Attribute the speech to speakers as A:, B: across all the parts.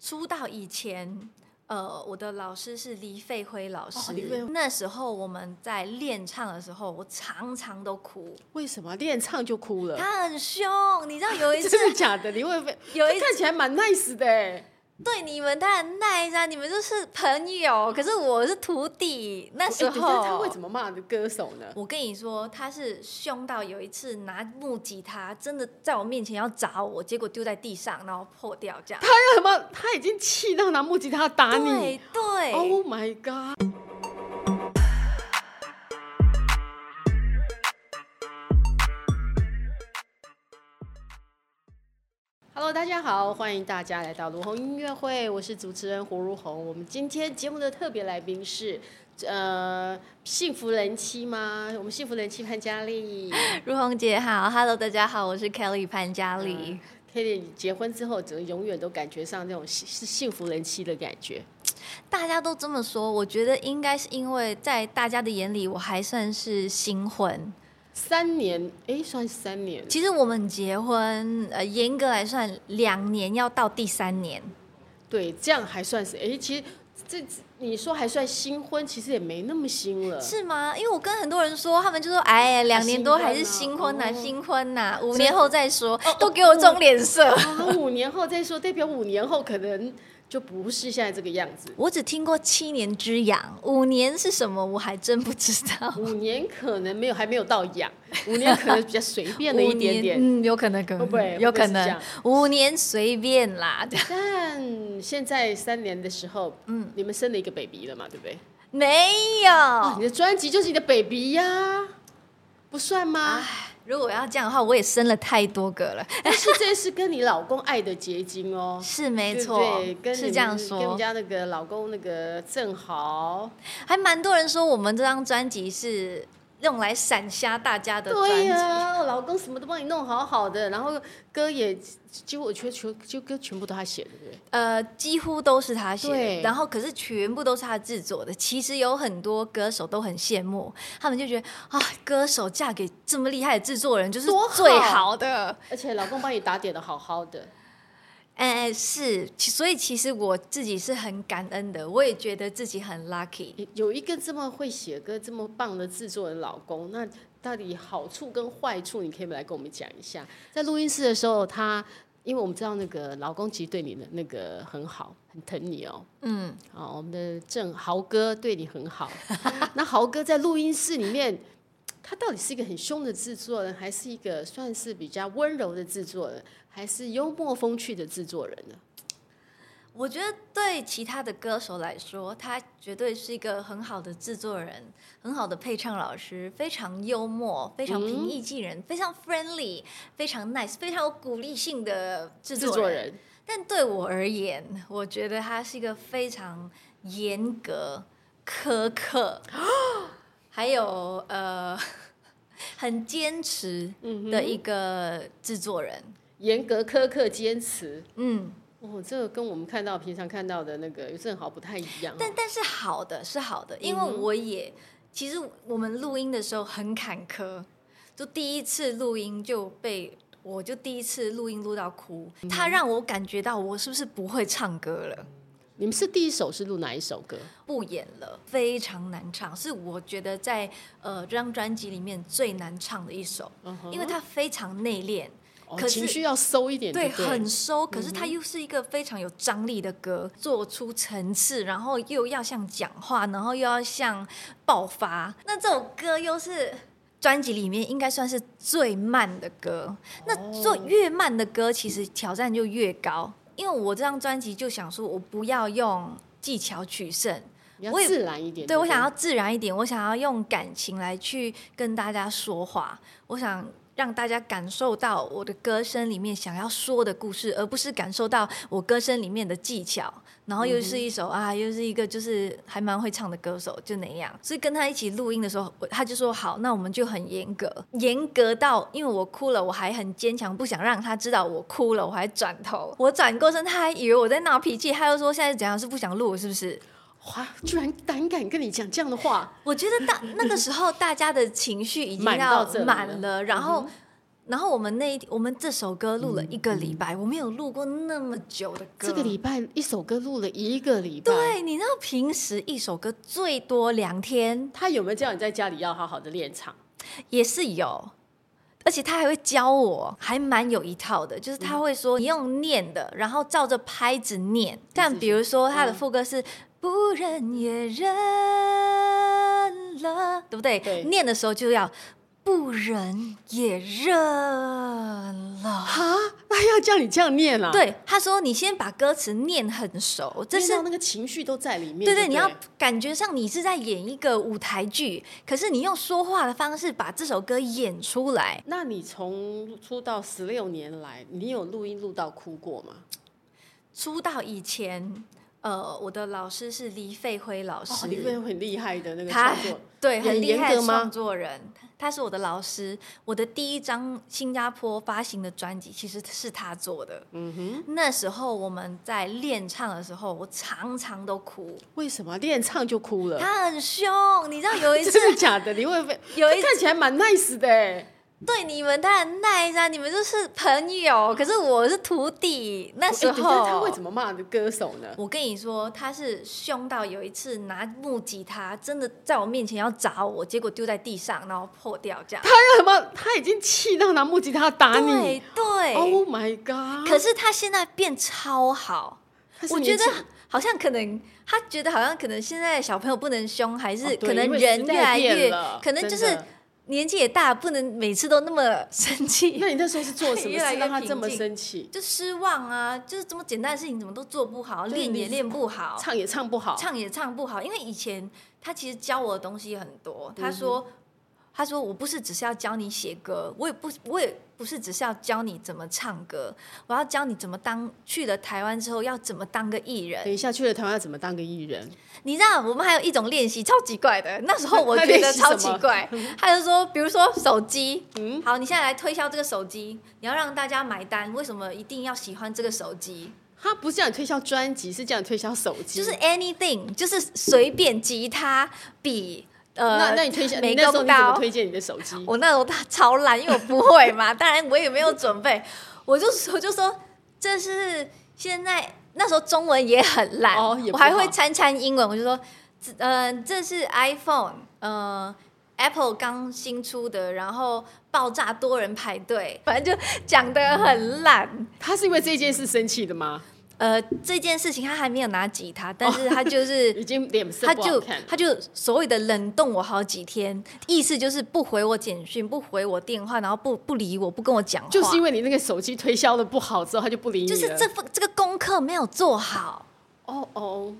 A: 出道以前，呃，我的老师是黎费辉老师。
B: 哦黎费辉
A: 那时候我们在练唱的时候，我常常都哭。
B: 为什么练唱就哭 了？
A: 他很凶，你知道有一 次，
B: 真的假的？你会 不会？
A: 有一
B: 他看起来蛮 nice 的哎。
A: 对你们他很 nice 啊，你们就是朋友，可是我是徒弟。那时
B: 哎等一下
A: 候
B: 他会怎么骂的歌手呢？
A: 我跟你说，他是凶到有一次拿木吉他，真的在我面前要砸我，结果丢在地上，然后破掉这样。
B: 他要什么？他已经气到拿木吉他打
A: 对
B: 你。
A: 对
B: Oh my god！Hello，大家好，欢迎大家来到卢红音乐会，我是主持人胡如红。我们今天节目的特别来宾是，呃，幸福人妻吗？我们幸福人妻潘嘉 丽。
A: 如虹姐好，Hello，大家好，我是 Kelly 潘嘉丽。
B: Kelly 结婚之后，整个永远都感觉上那种幸是幸福人妻的感觉。
A: 大家都这么说，我觉得应该是因为在大家的眼里，我还算是新婚。
B: 三年，哎，算是三年。
A: 其实我们结婚，呃，严格来算，两年要到第三年。
B: 对，这样还算是哎、诶其实这你说还算新婚，其实也没那么新了。
A: 是吗？因为我跟很多人说，他们就说：“哎，两年多
B: 新婚啊
A: 还是新婚呐、
B: 哦
A: 新婚呐、五
B: 以哦
A: 年后再说。”都给我这种脸色。
B: 啊，五年后再说，代表五年后可能就不是现在这个样子。
A: 我只听过七年之痒，五年是什么我还真不知道。
B: 五年可能没有，还没有到 痒，五年可能比较随便了一点
A: 五
B: 点。
A: 年嗯，有可能，可能
B: 会不会
A: 有
B: 会不会
A: 可
B: 是这
A: 能
B: 样
A: 五年随便啦。 这样
B: 但现在三年的时候，嗯，你们生了一个 baby 了嘛，对不对？
A: 没有、
B: 你的专辑就是你的 baby 呀、不算吗？
A: 如果要这样的话，我也生了太多个 了。
B: 但是这是跟你老公爱的结晶哦。
A: 是没
B: 对不
A: 错，
B: 对跟你
A: 是这样
B: 们跟我们
A: 说。
B: 家那个老公那个正豪，
A: 还蛮多人说我们这张专辑是用来闪瞎大家的专
B: 对
A: 辑。
B: 呀、我老公什么都帮你弄好好的，然后歌也几乎我全全就歌全部都他写的，对不对？
A: 呃，几乎都是他写的，
B: 对
A: 然后可是全部都是他制作的。其实有很多歌手都很羡慕，他们就觉得啊，歌手嫁给这么厉害的制作人就是
B: 多好
A: 最好的。
B: 而且老公帮你打点的好好的，
A: 哎，是，其所以其实我自己是很感恩的，我也觉得自己很 lucky。
B: 有一个这么会写歌、这么棒的制作人老公，那到底好处跟坏处，你可以来跟我们讲一下。在录音室的时候，他因为我们知道那个老公其实对你的那个很好，很疼你哦。
A: 嗯，
B: 哦，我们的郑豪哥对你很 好。那豪哥在录音室里面，他到底是一个很凶的制作人，还是一个算是比较温柔的制作人，还是幽默风趣的制作人呢？
A: 我觉得对其他的歌手来说，他绝对是一个很好的制作人，很好的配唱老师，非常幽默，非常平易近人，非常 friendly，非常 nice，非常有鼓励性的制
B: 制
A: 作人。
B: 作人
A: 但对我而言，我觉得他是一个非常严格、苛 刻，还有呃 很坚持的一个制作人。
B: 严格苛刻坚持。
A: 嗯，
B: 哦，这个跟我们看到平常看到的那个郑豪不太一样哦。
A: 但但是好的是好的，因为
B: 嗯
A: 我也、其实我们录音的时候很坎坷，就第一次录音就被我就第一次录音录到哭，
B: 嗯
A: 他让我感觉到我是不是不会唱歌了，
B: 你们是第一首是录哪一首歌？
A: 不演了，非常难唱，是我觉得在呃这张专辑里面最难唱的一首，
B: 嗯哼
A: 哦因为它非常内敛。
B: 哦
A: 可是
B: 情绪要收一点就
A: 对，
B: 对，嗯
A: 很收，可是它又是一个非常有张力的歌，做出层次，然后又要像讲话，然后又要像爆发。那这首歌又是专辑里面应该算是最慢的歌，
B: 哦
A: 那做越慢的歌，其实挑战就越高。因为我这张专辑就想说，我不要用技巧取胜，
B: 你要
A: 我也
B: 自然一点。
A: 对
B: 不
A: 我想要自然一点，我想要用感情来去跟大家说话，我想让大家感受到我的歌声里面想要说的故事，而不是感受到我歌声里面的技巧。然后又是一首、啊，又是一个就是还蛮会唱的歌手，就那样。所以跟他一起录音的时候，我他就说好，那我们就很严格，严格到因为我哭了，我还很坚强，不想让他知道我哭了，我还转头，我转过身，他还以为我在闹脾气，他又说现在是怎样是不想录是不是？
B: 哇，居然胆敢跟你讲这样 的话。
A: 我觉得大那个时候大家的情绪已经
B: 满到
A: 要
B: 这里了嗯
A: 满了，然后然后我们那一我们这首歌录了一个礼拜，我没有录过那么久的歌。
B: 嗯这个礼拜一首歌录了一个礼拜，
A: 嗯对，你知道平时一首歌最多两天，
B: 他有没有叫你在家里要好好的练唱？
A: 也是有，而且他还会教我，还蛮有一套的。就是他会说你用念的，然后照着拍子念。但比如说他的副歌是“不忍也忍了”，对不对？
B: 对
A: 念的时候就要“不忍也忍了
B: 哈，那要叫你这样念”啊啦、，
A: 对，他说你先把歌词念很熟，这是
B: 那个情绪都在里面。
A: 对对，
B: 对不，
A: 你要感觉上你是在演一个舞台剧，可是你用说话的方式把这首歌演出来。
B: 那你从出道十六年来，你有录音录到哭过吗？
A: 出道以前，呃，我的老师是黎费辉老师，
B: 哦，你会很厉害的那个
A: 他
B: 创作，
A: 对
B: 很
A: 很厉
B: 严
A: 害
B: 格
A: 的
B: 吗
A: 创作人，他是我的老师。我的第一张新加坡发行的专辑其实是他做的。
B: 嗯哼，
A: 那时候我们在练唱的时候，我常常都哭，
B: 为什么练唱就哭了？
A: 他很凶。你知道有一次，
B: 呃真的假的？你会不会？
A: 有一
B: 他看起来蛮 nice 的哎。
A: 对你们当然耐啊，你们就是朋友，可是我是徒弟。那时
B: 哎等一
A: 候、
B: 下他会怎么骂的歌手呢？
A: 我跟你说，他是凶到有一次拿木吉他，真的在我面前要砸我，结果丢在地上，然后破掉这样。
B: 他么？他已经气到拿木吉他打你
A: 对对、
B: ，Oh my god！
A: 可是他现在变超好，
B: 他是
A: 我觉
B: 年
A: 得
B: 轻
A: 好像可能他觉得好像可能现在小朋友不能凶，还
B: 哦
A: 是
B: 对
A: 可能
B: 因为
A: 人
B: 时代
A: 越来
B: 变
A: 越
B: 了，
A: 可能就
B: 真
A: 是
B: 的
A: 年纪也大，不能每次都那么 生气。
B: 那你那时候是做 什么
A: 越来
B: 事
A: 越
B: 让他这么
A: 平静
B: 生气？
A: 就失望啊，就是这么简单的事情怎么都做不好，
B: 就是
A: 练
B: 你
A: 也练不好，
B: 唱也唱不好，
A: 唱也唱不好。因为以前他其实教我的东西很多，
B: 嗯
A: 他说、他说我不是只是要教你写歌，我也不我也不是只是要教你怎么唱歌，我要教你怎么当去了台湾之后要怎么当个艺人。
B: 等一下去了台湾要怎么当个艺人？
A: 你知道我们还有一种练习超奇怪的，那时候我觉得超奇 怪，他就说，比如说手机，
B: 嗯
A: 好，你现在来推销这个手机，你要让大家买单，为什么一定要喜欢这个手机？
B: 他不是叫你推销专辑，是叫你推销手机。
A: 就是 anything，就是随便吉他、笔，呃，
B: 那那你推销，
A: 美
B: 你那时候
A: 工
B: 你怎么
A: 刀。
B: 推荐你的手机？
A: 我那时候他超懒，因为我不会嘛， 当然我也没有准备，我就我就说这是现在那时候中文也很烂，
B: 哦也不
A: 我还会掺掺英文，我就说，这呃，这是 iPhone，呃。Apple 刚新出的，然后爆炸多人排队， 反正就讲的很烂。
B: 他是因为这件事生气的吗？
A: 呃，这件事情他还没有拿吉他，但是他就是
B: 已经脸色
A: 他
B: 不好
A: 就
B: 看了。
A: 他就所谓的冷冻我好几天，意思就是不回我简讯，不回我电话，然后不不理我，不跟我讲话，
B: 就是因为你那个手机推销的不好之后，他就不理你啊
A: 就
B: 了。
A: 是这份这个功课没有做好。
B: 哦哦，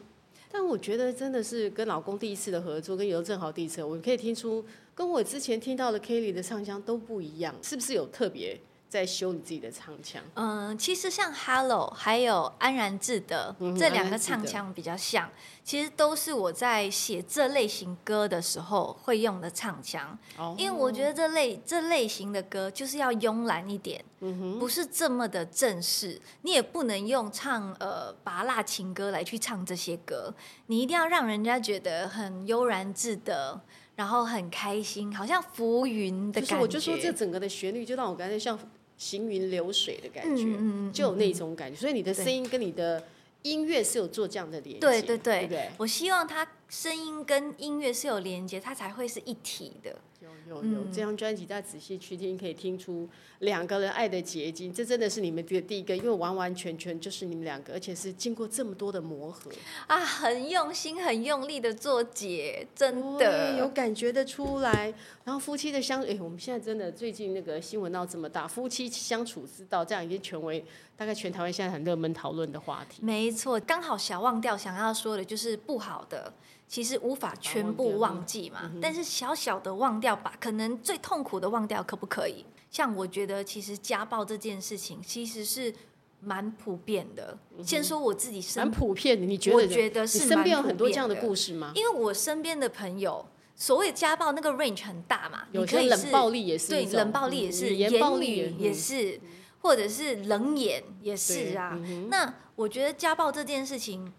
B: 但我觉得真的是跟老公第一次的合作，跟尤正豪第一次，我可以听出跟我之前听到的 Kelly 的唱腔都不一样，是不是有特别在修你自己的唱腔？
A: 嗯，其实像 Hello 还有安然自得、
B: 嗯
A: 这两
B: 安
A: 个
B: 然自得
A: 唱腔比较像，其实都是我在写这类型歌的时候会用的唱腔，
B: 哦
A: 因为我觉得这类这类型的歌就是要慵懒一点，
B: 嗯哼，
A: 不是这么的正式，你也不能用唱呃拔辣情歌来去唱这些歌，你一定要让人家觉得很悠然自得，然后很开心，好像浮云的
B: 就是
A: 感觉。
B: 我就说这整个的旋律就让我感觉像行云流水的感觉，
A: 嗯嗯嗯
B: 就有那种感觉。所以你的声音跟你的音乐是有做这样的连接，
A: 对对
B: 对
A: 对
B: 不对，
A: 我希望它声音跟音乐是有连接，它才会是一体的。
B: 有有有，
A: 嗯
B: 这张专辑大家仔细去听，可以听出两个人爱的结晶。这真的是你们的第一个，因为完完全全就是你们两个，而且是经过这么多的磨合，
A: 啊，很用心、很用力的做姐，真
B: 对有
A: 的。
B: 感觉的出来。然后夫妻的相，哎，我们现在真的最近那个新闻闹这么大，夫妻相处之道，这样已经成为大概全台湾现在很热门讨论的话题。
A: 没错，刚好小忘掉想要说的就是不好的，其实无法全部忘记
B: 嗯
A: 嘛。但是小小的忘掉吧，可能最痛苦的忘掉，可不可以？像我觉得，其实家暴这件事情其实是蛮普遍的。先说我自己
B: 嗯蛮
A: 身，
B: 普遍的，你觉得？
A: 我觉得是
B: 你身边有
A: 蛮普
B: 很多这样的
A: 遍
B: 故事吗？
A: 因为我身边的朋友，所谓家暴那个 range 很大嘛，
B: 有
A: 你可
B: 些
A: 以
B: 冷
A: 是
B: 暴力也是一
A: 对
B: 种，
A: 冷暴力也
B: 嗯
A: 是，
B: 语
A: 言
B: 言暴力
A: 语
B: 也嗯
A: 也是，或者是冷眼也
B: 对
A: 是啊
B: 嗯。
A: 那我觉得家暴这件事情，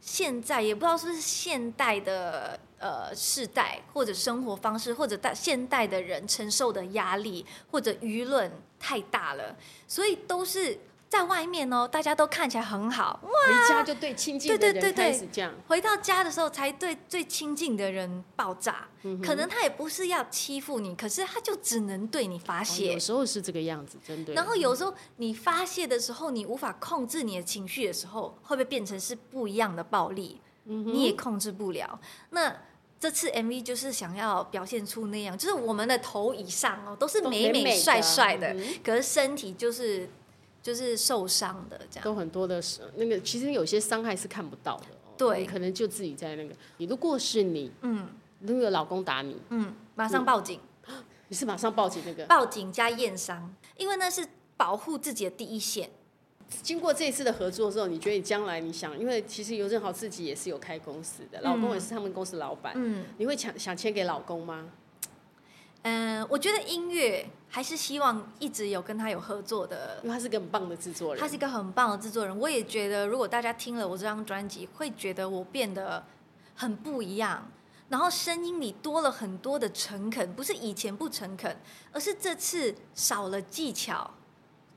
A: 现在也不知道是不是现代的呃世代，或者生活方式，或者大现代的人承受的压力，或者舆论太大了，所以都是在外面哦，大家都看起来很好，
B: 回家就对亲近的
A: 对对
B: 人
A: 对对
B: 开始这样，
A: 回到家的时候才对最亲近的人爆炸。
B: 嗯哼
A: 可能他也不是要欺负你，可是他就只能对你发
B: 哦
A: 泄。
B: 有时候是这个样子，真的。
A: 然后有时候你发泄的时候，你无法控制你的情绪的时候，会不会变成是不一样的暴力？
B: 嗯
A: 你也控制不了。那这次 MV 就是想要表现出那样，就是我们的头以上哦，都是
B: 都
A: 美
B: 美美的
A: 帅帅的，
B: 嗯
A: 可是身体就是就是受伤的这样。
B: 都很多的是那个，其实有些伤害是看不到的、哦，
A: 对
B: 你可能就自己在那个。你如果是你，
A: 嗯
B: 那个老公打你，
A: 嗯，马上报警，
B: 你是马上报警那个。
A: 报警加验伤，因为那是保护自己的第一线。
B: 经过这一次的合作之后，你觉得你将来你想，因为其实尤正豪自己也是有开公司的，老公也是他们公司老板，
A: 嗯。
B: 你会想想签给老公吗？
A: 嗯，我觉得音乐还是希望一直有跟他有合作的
B: 因。为他是个很棒的制作人，
A: 他是一个很棒的制作人，我也觉得，如果大家听了我这张专辑，会觉得我变得很不一样，然后声音里多了很多的诚恳，不是以前不诚恳，而是这次少了技巧，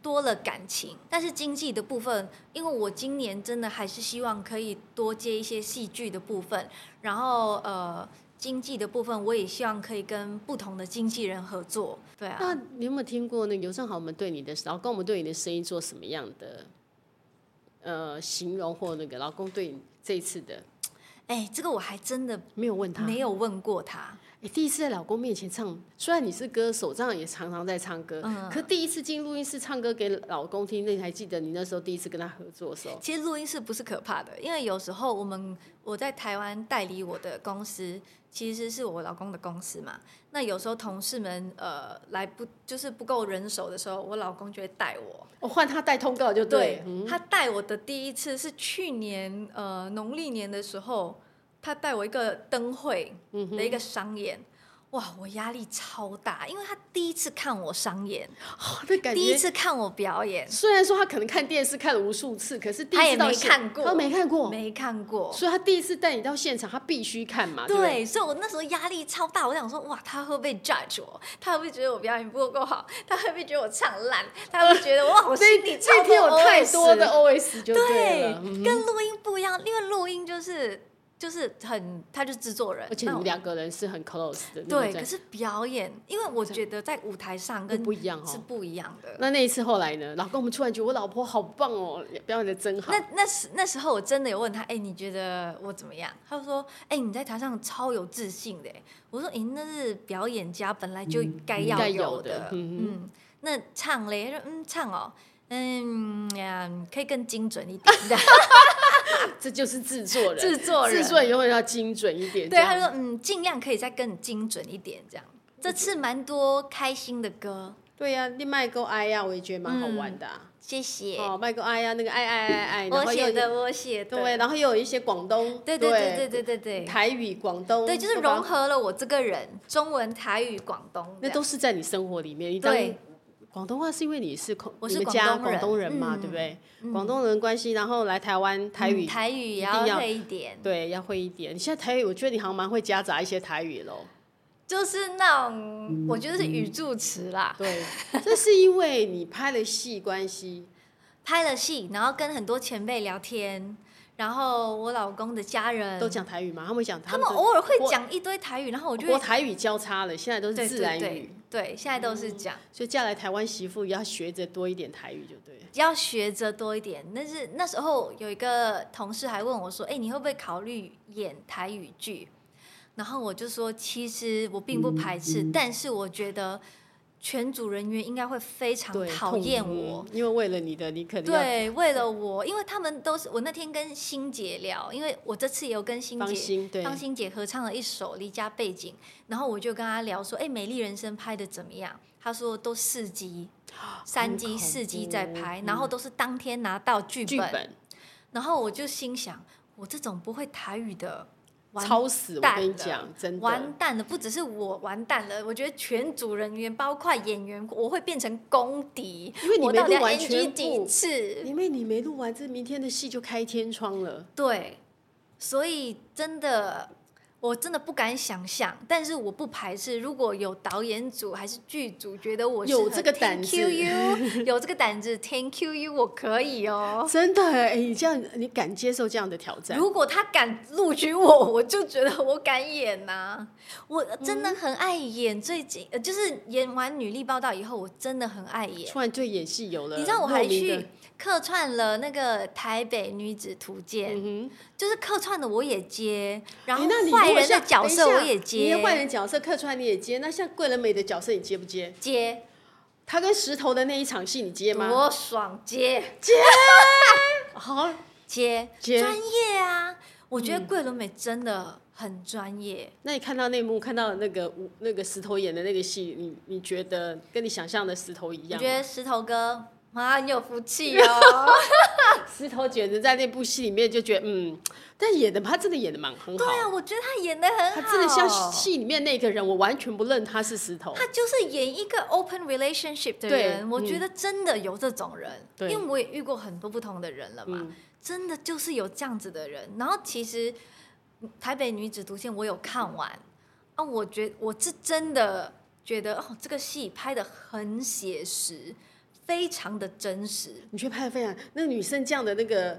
A: 多了感情。但是经济的部分，因为我今年真的还是希望可以多接一些戏剧的部分，然后呃。经济的部分，我也希望可以跟不同的经纪人合作。对啊，
B: 那你有没有听过那个尤正豪我们对你的老公，我们对你的声音做什么样的呃形容，或那个老公对你这一次的
A: 哎，这个我还真的
B: 没有问他？
A: 没有问过他。
B: 你第一次在老公面前唱，虽然你是歌手，这样也常常在唱歌，
A: 嗯
B: 可第一次进录音室唱歌给老公听，那你还记得你那时候第一次跟他合作的时候？
A: 其实录音室不是可怕的，因为有时候我们我在台湾代理我的公司，其实是我老公的公司嘛。那有时候同事们呃来不就是不够人手的时候，我老公就会带我。
B: 我、哦换他带通告就对， 嗯
A: 他带我的第一次是去年呃农历年的时候，他带我一个灯会的一个商演。哇，我压力超大，因为他第一次看我商演，
B: 哦那感觉
A: 第一次看我表演，
B: 虽然说他可能看电视看了无数次，可是第一
A: 他也
B: 次到
A: 没
B: 现
A: 看过
B: 他没看过，
A: 没看过，
B: 所以他第一次带你到现场，他必须看嘛，啊对不对
A: 对，所以我那时候压力超大，我想说，哇，他会不会 judge 我？他会不会觉得我表演不够好？ 他会不会觉得我唱烂？他会不会觉得哇，我心里超
B: 这一天有太多 的
A: OS
B: OS 就对
A: 对
B: 了，嗯，
A: 跟录音不一样，因为录音就是就是很，他就是制作人，
B: 而且你
A: 那
B: 们
A: 我
B: 两个人是很 close 的，
A: 对，
B: 不
A: 可是表演，因为我觉得在舞台上
B: 又
A: 跟
B: 不一样
A: 是
B: 哦。
A: 不一样的。
B: 那那一次后来呢？老公，我们突然觉得我老婆好棒哦，表演的真好。
A: 那那时那时候我真的有问他，哎、你觉得我怎么样？他就说，哎、你在台上超有自信的。我说，哎、那是表演家本来就该
B: 应
A: 要
B: 嗯该有
A: 有的
B: 的。嗯
A: 嗯，那唱嘞，他说，嗯，唱哦，嗯呀，可以更精准一点。这 样
B: 这就是制作人，
A: 制作人
B: 制作人永远要精准一点。
A: 对，
B: 这样
A: 他说，嗯，尽量可以再更精准一点，这样。这次蛮多开心的歌，
B: 对呀、你麦够爱呀，我也觉得蛮好玩的、啊
A: 谢谢。
B: 哦，麦够爱呀，那个爱爱爱爱，然
A: 我
B: 后
A: 写
B: 又
A: 的，我写的，
B: 对，然后又有一些广东，
A: 对
B: 对
A: 对对对对对对，
B: 台语、广东，
A: 对，就是
B: 嗯都把
A: 融。合了我这个人，中文、台语、广东，
B: 那都是在你生活里面，你当
A: 对
B: 广东话是因为你是广，
A: 我是
B: 你们家
A: 广东
B: 广
A: 人
B: 东人嘛，
A: 嗯
B: 对不对？
A: 嗯
B: 广东人关系，然后来台湾台语，
A: 嗯台语也
B: 一定
A: 要
B: 要
A: 会一点，
B: 对，要会一点。你现在台语，我觉得你好像蛮会夹杂一些台语喽。
A: 就是那种
B: 嗯
A: 我觉得是语助词啦。
B: 对，这是因为你拍了戏关系，
A: 拍了戏，然后跟很多前辈聊天，然后我老公的家人
B: 都，讲台语嘛，他们讲
A: 嗯他
B: 们
A: 们
B: 的
A: 偶尔会
B: 国
A: 讲一堆台语，然后我就
B: 国
A: 会
B: 台语交叉了，现在都
A: 对
B: 是自然语，嗯
A: 对对对，现在都是讲。
B: 所以嫁来台湾媳妇也要学着多一点台语，就对了。
A: 要学着多一点，但是那时候有一个同事还问我说：“哎、你会不会考虑演台语剧？”然后我就说：“其实我并不排斥，但是我觉得全组人员应该会非常
B: 对，
A: 讨
B: 痛
A: 厌
B: 嗯
A: 我，
B: 因为为了你的，你可能要
A: 对，为了我，因为他们都是我那天跟欣姐聊，因为我这次也有跟欣
B: 芳
A: 姐。
B: 心，对，
A: 方欣姐合唱了一首《离家背景》，然后我就跟她聊说：“哎，《美丽人生》拍的怎么样？”她说：“都四集、三
B: 啊很
A: 集、
B: 恐
A: 四集
B: 怖
A: 在拍，
B: 嗯
A: 然后都是当天拿到剧
B: 剧
A: 本。
B: 本
A: 然后我就心想，我这种不会台语的，完
B: 超死，我
A: 蛋
B: 跟你
A: 了
B: 讲，真
A: 完
B: 的。
A: 蛋了！不只是我完蛋了，我觉得全组人员，包括演员，我会变成公敌。
B: 因为你
A: 我
B: 没
A: 到底
B: 录
A: 要
B: 完
A: NG
B: 全
A: 几
B: 部，
A: 次？
B: 因为你没录完，这明天的戏就开天窗了。
A: 对，所以真的。我真的不敢想象，但是我不排斥。如果有导演组还是剧组觉得我是
B: 有
A: 很
B: 这个胆子
A: Thank you，有这个胆子，Thank you，我 可以哦。
B: 真的哎、你这样你敢接受这样的挑战？
A: 如果他敢录取我， 我就觉得我敢演呐、我真的
B: 嗯
A: 很爱演，最近呃就是演完《女力报道》以后，我真的很爱演。
B: 突然对演戏有了，
A: 你知道我还去，客串了那个台北女子图鉴，
B: 嗯哼，
A: 就是客串的我也接，然后
B: 诶哎那你如
A: 坏
B: 果
A: 人的
B: 像
A: 角色
B: 等一
A: 我
B: 下
A: 也
B: 你
A: 接，
B: 的坏人角色客串你也接，那像桂纶镁的角色你接不接？
A: 接
B: 他跟石头的那一场戏你接吗？
A: 多爽接。
B: 好，
A: 接
B: 接嗯
A: 专业啊！我觉得桂纶镁真的很专业，
B: 那你看到内幕，看到那个吴那个石头演的那个戏，你你觉得跟你想象的石头一
A: 我
B: 样啊
A: 觉
B: 吗？
A: 得石头哥啊很有福气 哦。
B: 石头简直在那部戏里面就觉得，嗯，但演的他真的演的蛮很好
A: 对，啊，我觉得他演的很
B: 他
A: 好，
B: 真的像戏里面那个人，我完全不认他是石头。
A: 他就是演一个 open relationship 的
B: 对
A: 人，我
B: 嗯
A: 觉得真的有这种人，因
B: 对
A: 为我也遇过很多不同的人了嘛，
B: 嗯
A: 真的就是有这样子的人。然后其实嗯台北女子独线我有看完啊，我觉我是真的觉得哦，这个戏拍的很写实，非常的真实。
B: 你觉得拍的非常，那女生这样的那个，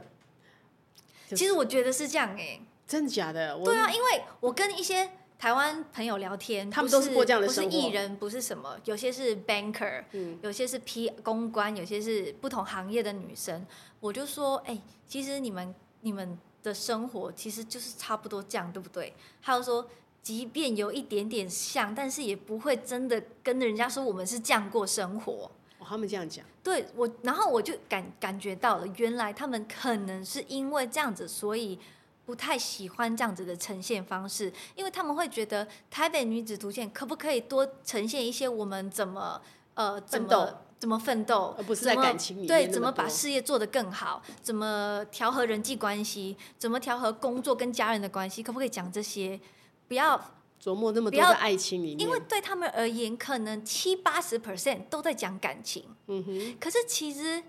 B: 就是
A: 其实我觉得是这样哎、
B: 真的假的？我
A: 对啊，因为我跟一些台湾朋友聊天，
B: 他们
A: 不
B: 都是过这样的
A: 不是
B: 生活
A: 艺人，不是什么，有些是 banker，、
B: 嗯
A: 有些是 P 公关，有些是不同行业的女生。我就说，哎、其实你们你们的生活其实就是差不多这样，对不对？还有说。即便有一点点像，但是也不会真的跟人家说我们是这样过生活。
B: 哦他们这样讲，
A: 对我，然后我就感感觉到了，原来他们可能是因为这样子，所以不太喜欢这样子的呈现方式，因为他们会觉得台北女子图鉴可不可以多呈现一些我们怎么呃怎
B: 奋斗
A: 么怎么奋斗，
B: 而不是在
A: 怎么
B: 感情里面
A: 对
B: 那
A: 怎
B: 么
A: 么把
B: 多
A: 事业做得更好，怎么调和人际关系，怎么调和工作跟家人的关系，可不可以讲这些？不要，
B: 琢磨那么多
A: 不要
B: 在爱情里面，
A: 因为对他们而言，可能七八十 percent 都在讲感情。
B: 嗯哼，
A: 可是其实，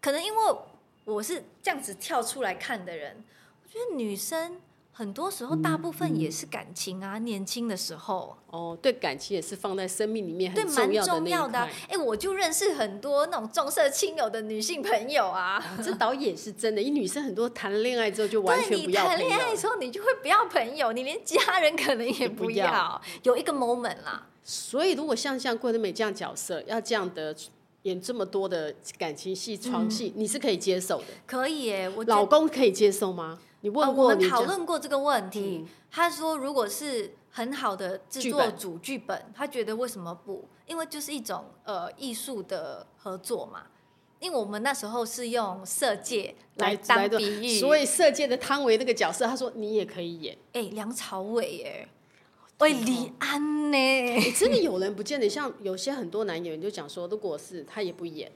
A: 可能因为我是这样子跳出来看的人，我觉得女生很多时候大部分也是感情
B: 嗯
A: 啊，年轻的时候，
B: 哦，对感情也是放在生命里面
A: 对，
B: 很
A: 蛮
B: 重要的
A: 重
B: 那
A: 要
B: 一
A: 的、啊
B: 块。。
A: 哎、我就认识很多那种重色轻友的女性朋友啊。
B: 啊这导演是真的，因为女生很多谈了恋爱之后就完
A: 对
B: 全
A: 你
B: 不要
A: 谈
B: 朋
A: 恋爱的
B: 友，
A: 时候，你就会不要朋友，你连家人可能也
B: 也
A: 不
B: 不
A: 要。
B: 要
A: 有一个 moment 啦，
B: 所以如果像像桂纶镁这样角色，要这样的演这么多的感情戏、床戏，你是可以接受的。
A: 可以耶、嗯我觉
B: 老
A: 得
B: 公可以接受吗？你
A: 呃
B: 问
A: 我
B: 过
A: 们
B: 你
A: 讨
B: 这
A: 论过这个问题，
B: 嗯
A: 他说如果是很好的制
B: 剧
A: 作
B: 本
A: 组剧本，他觉得为什么不？因为就是一种呃艺术的合作嘛。因为我们那时候是用色戒来
B: 来
A: 当
B: 来做
A: 比喻，
B: 所以色戒的汤唯那个角色，他说你也可以 演。
A: 哎、梁朝伟耶，喂
B: 啊
A: 李安呢？
B: 欸真的有人不见得像有些很多男演员就讲说，如果是他也不演，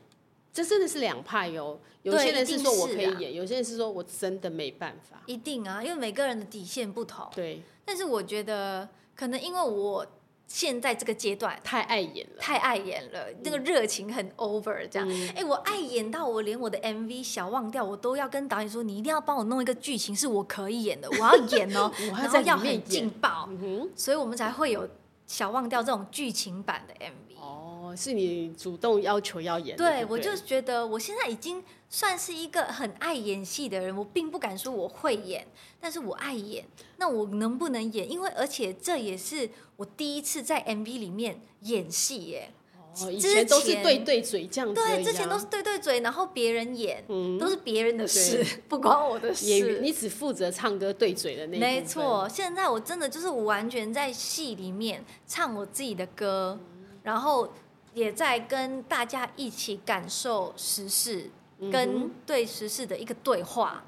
B: 这真的是两派哦。有
A: 对
B: 些人
A: 一定
B: 说我
A: 是
B: 可以
A: 啊
B: 演，有些人是说我真的没办法。
A: 一定啊，因为每个人的底线不同。
B: 对，
A: 但是我觉得可能因为我现在这个阶段
B: 太爱演了。，
A: 太爱演了，嗯那个热情很 over 这样。哎、我爱演到我连我的 MV 小忘掉，我都要跟导演说，你一定要帮我弄一个剧情是我可以 演的，我要演哦
B: 我还
A: 然后
B: 在
A: 要
B: 里面
A: 很
B: 演
A: 劲爆，
B: 嗯哼，
A: 所以我们才会有小忘掉这种剧情版的 MV。
B: 哦，是你主动要求要演的。
A: 对，
B: 不
A: 我就觉得我现在已经算是一个很爱演戏的人，我并不敢说我会演，但是我爱演。那我能不能演？因为而且这也是我第一次在 MV 里面演戏耶。
B: 哦，以
A: 之
B: 前都是
A: 前
B: 对对嘴这样子而已啊。
A: 对，之前都是对对嘴，然后别人演，
B: 嗯
A: 都是别人的事
B: 对，
A: 不关我的
B: 演员，
A: 事。
B: 你只负责唱歌对嘴的那一部分
A: 没错，，现在我真的就是完全在戏里面唱我自己的歌，然后也在跟大家一起感受时事，
B: 嗯哼
A: 跟对时事的一个对话。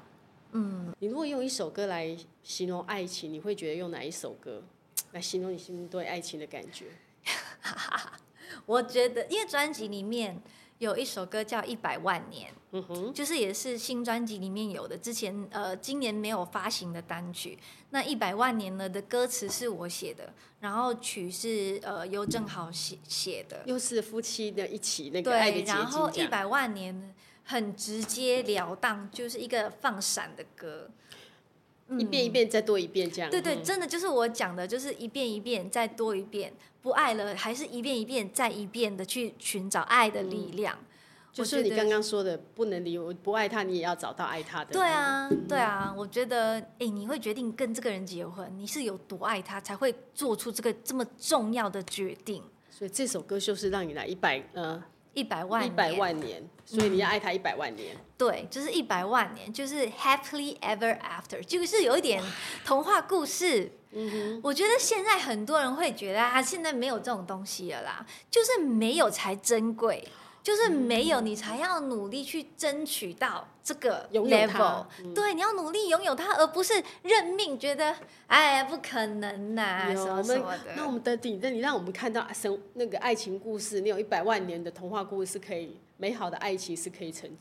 A: 嗯，
B: 你如果用一首歌来形容爱情，你会觉得用哪一首歌来形容你心中对爱情的感觉？
A: 我觉得，因为专辑里面有一首歌叫《一百万年》，
B: 嗯哼，
A: 就是也是新专辑里面有的，之前呃今年没有发行的单曲。那一百万年了的歌词是我写的，然后曲是呃由正豪写写的，
B: 又是夫妻的一起那个爱的
A: 对，
B: 结晶
A: 然后
B: 这
A: 一
B: 样
A: 百万年很直截了当，就是一个放闪的歌。
B: 一遍一遍再多一遍这
A: 嗯
B: 样。
A: 对对，
B: 嗯
A: 真的就是我讲的，就是一遍一遍再多一遍，不爱了还是一遍一遍再一遍的去寻找爱的力量。
B: 嗯就
A: 我
B: 是你
A: 觉得
B: 刚刚说的，不能离我不爱他，你也要找到爱他的。嗯
A: 对，啊，对啊，我觉得，哎，你会决定跟这个人结婚，你是有多爱他，才会做出这个这么重要的决定。
B: 所以这首歌就是让你来一百呃
A: 一百万，
B: 一百，万年，所以你要爱他一百万年。
A: 对，就是一百万年，就是 happily ever after，就是有一点童话故事。
B: 嗯
A: 我觉得现在很多人会觉得啊，现在没有这种东西了啦，就是没有才珍贵，就是
B: 嗯
A: 没有你才要努力去争取到这个
B: 拥有它嗯
A: level。对，你要努力拥有它，而不是认命，觉得哎呀不可能呐、
B: 哼，有
A: 什
B: 我
A: 么什
B: 们
A: 么的。
B: 那我们的底，那你让我们看到生那个爱情故事，你有一百万年的童话故事，可以美好的爱情是可以存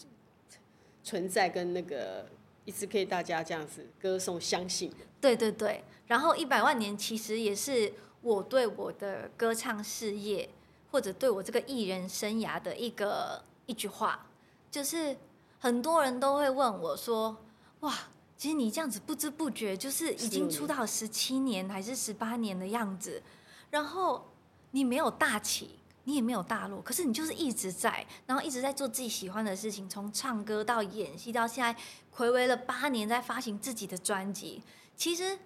B: 存在跟那个一直可以大家这样子歌颂相信的。
A: 对对对，然后一百万年其实也是我对我的歌唱事业或者对我这个艺人生涯的一个一句话，就是很多人都会问我说：“哇，其实你这样子不知不觉就是已经
B: 16
A: 出道十七年还是十八年的样子，然后你没有大起。”你也没有大落，可是你就是一直在，然后一直在做自己喜欢的事情，从唱歌到演戏，到现在暌违了八年，在发行自己的专辑。其实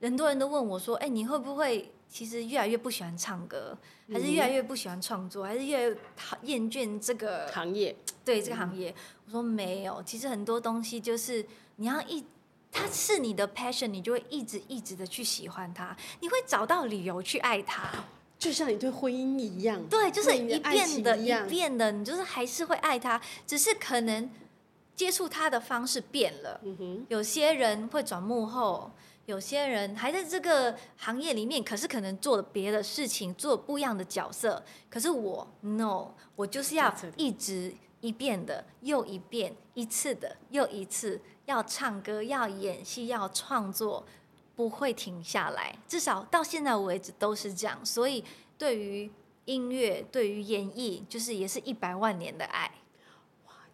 A: 很多人都问我说：“哎、你会不会其实越来越不喜欢唱歌，还是越来越不喜欢创作，还是越来越讨厌倦这个
B: 行业
A: 对这个行业？”我说：“没有，其实很多东西就是你要一。”它是你的 passion，你就会一直一直的去喜欢它，你会找到理由去爱它。
B: 就像你对婚姻一样，
A: 对，就是
B: 对你的
A: 一
B: 爱
A: 遍
B: 情
A: 的
B: 一
A: 一
B: 样
A: 遍的，你就是还是会爱他，只是可能接触他的方式变了。
B: 嗯哼，
A: 有些人会转幕后，有些人还在这个行业里面，可是可能做了别的事情，做不一样的角色。可是我 no，我就是要
B: 在这里
A: 一直一遍的又一遍，一次的又一次，要唱歌，要演戏，要创作，不会停下来。至少到现在为止都是这样。所以对于音乐，对于演艺，就是也是一百万年的爱。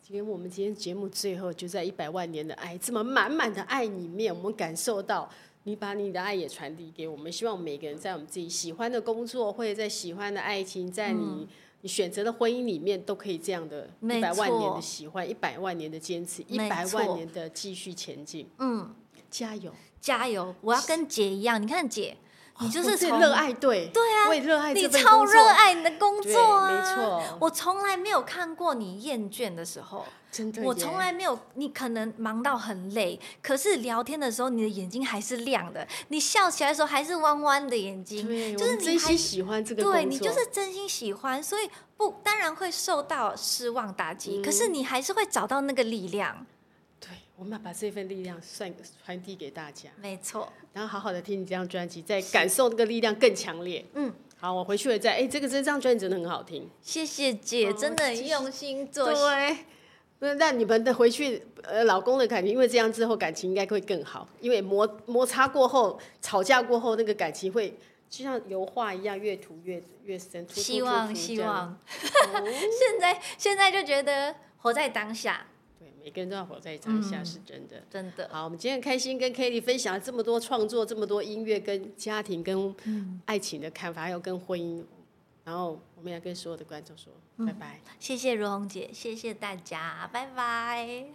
B: 今天我们今天节目最后就在一百万年的爱这么满满的爱里面，我们感受到你把你的爱也传递给我们。希望我们每个人在我们自己喜欢的工作，或者在喜欢的爱情，在你、你选择的婚姻里面，都可以这样的一
A: 嗯没错
B: 百万年的喜欢，一百万年的坚持，一
A: 没
B: 百
A: 错
B: 万年的继续前进，
A: 嗯，
B: 加油！
A: 加油！我要跟姐一样，你看姐，你就
B: 哦我
A: 是
B: 最
A: 从
B: 热爱对
A: 对啊
B: 我也热爱
A: 你
B: 这份
A: 超
B: 工作
A: 热爱你的工
B: 对
A: 作啊，
B: 没错
A: 我从来没有看过你厌倦的时候，
B: 真的耶，
A: 我从来没有。你可能忙到很累，可是聊天的时候你的眼睛还是亮的，你笑起来的时候还是弯弯的眼睛，
B: 对，
A: 就
B: 我
A: 是
B: 们
A: 你
B: 真
A: 还
B: 心喜欢这个工作，
A: 对你就是真心喜欢，所以不当然会受到失望打
B: 嗯
A: 击，可是你还是会找到那个力量。
B: 对，我们要把这份力量算传递给大家。
A: 没错，
B: 然后好好的听你这张专辑，再感受那个力量更强烈。
A: 嗯，
B: 好，我回去了再哎，这个这张专辑真的很好听。
A: 谢谢姐，
B: 哦
A: 真的
B: 谢
A: 很
B: 谢
A: 用心做。
B: 那那你们的回去，呃，老公的感情，因为这样之后感情应该会更好，因为摩摩擦过后，吵架过后，那个感情会就像油画一样，越涂越越深。涂涂
A: 希
B: 涂
A: 望
B: 涂
A: 希
B: 这样
A: 望，
B: 哦
A: 现在现在就觉得活在当下，
B: 对，每个人都要活在当
A: 嗯
B: 下，是真的。
A: 真的。
B: 好，我们今天很开心跟 k a t i e 分享了这么多创作，这么多音乐跟家庭跟爱情的看法，还有跟婚姻。然后我们也跟所有的观众说，拜拜。
A: 谢谢如红姐，谢谢大家，拜拜。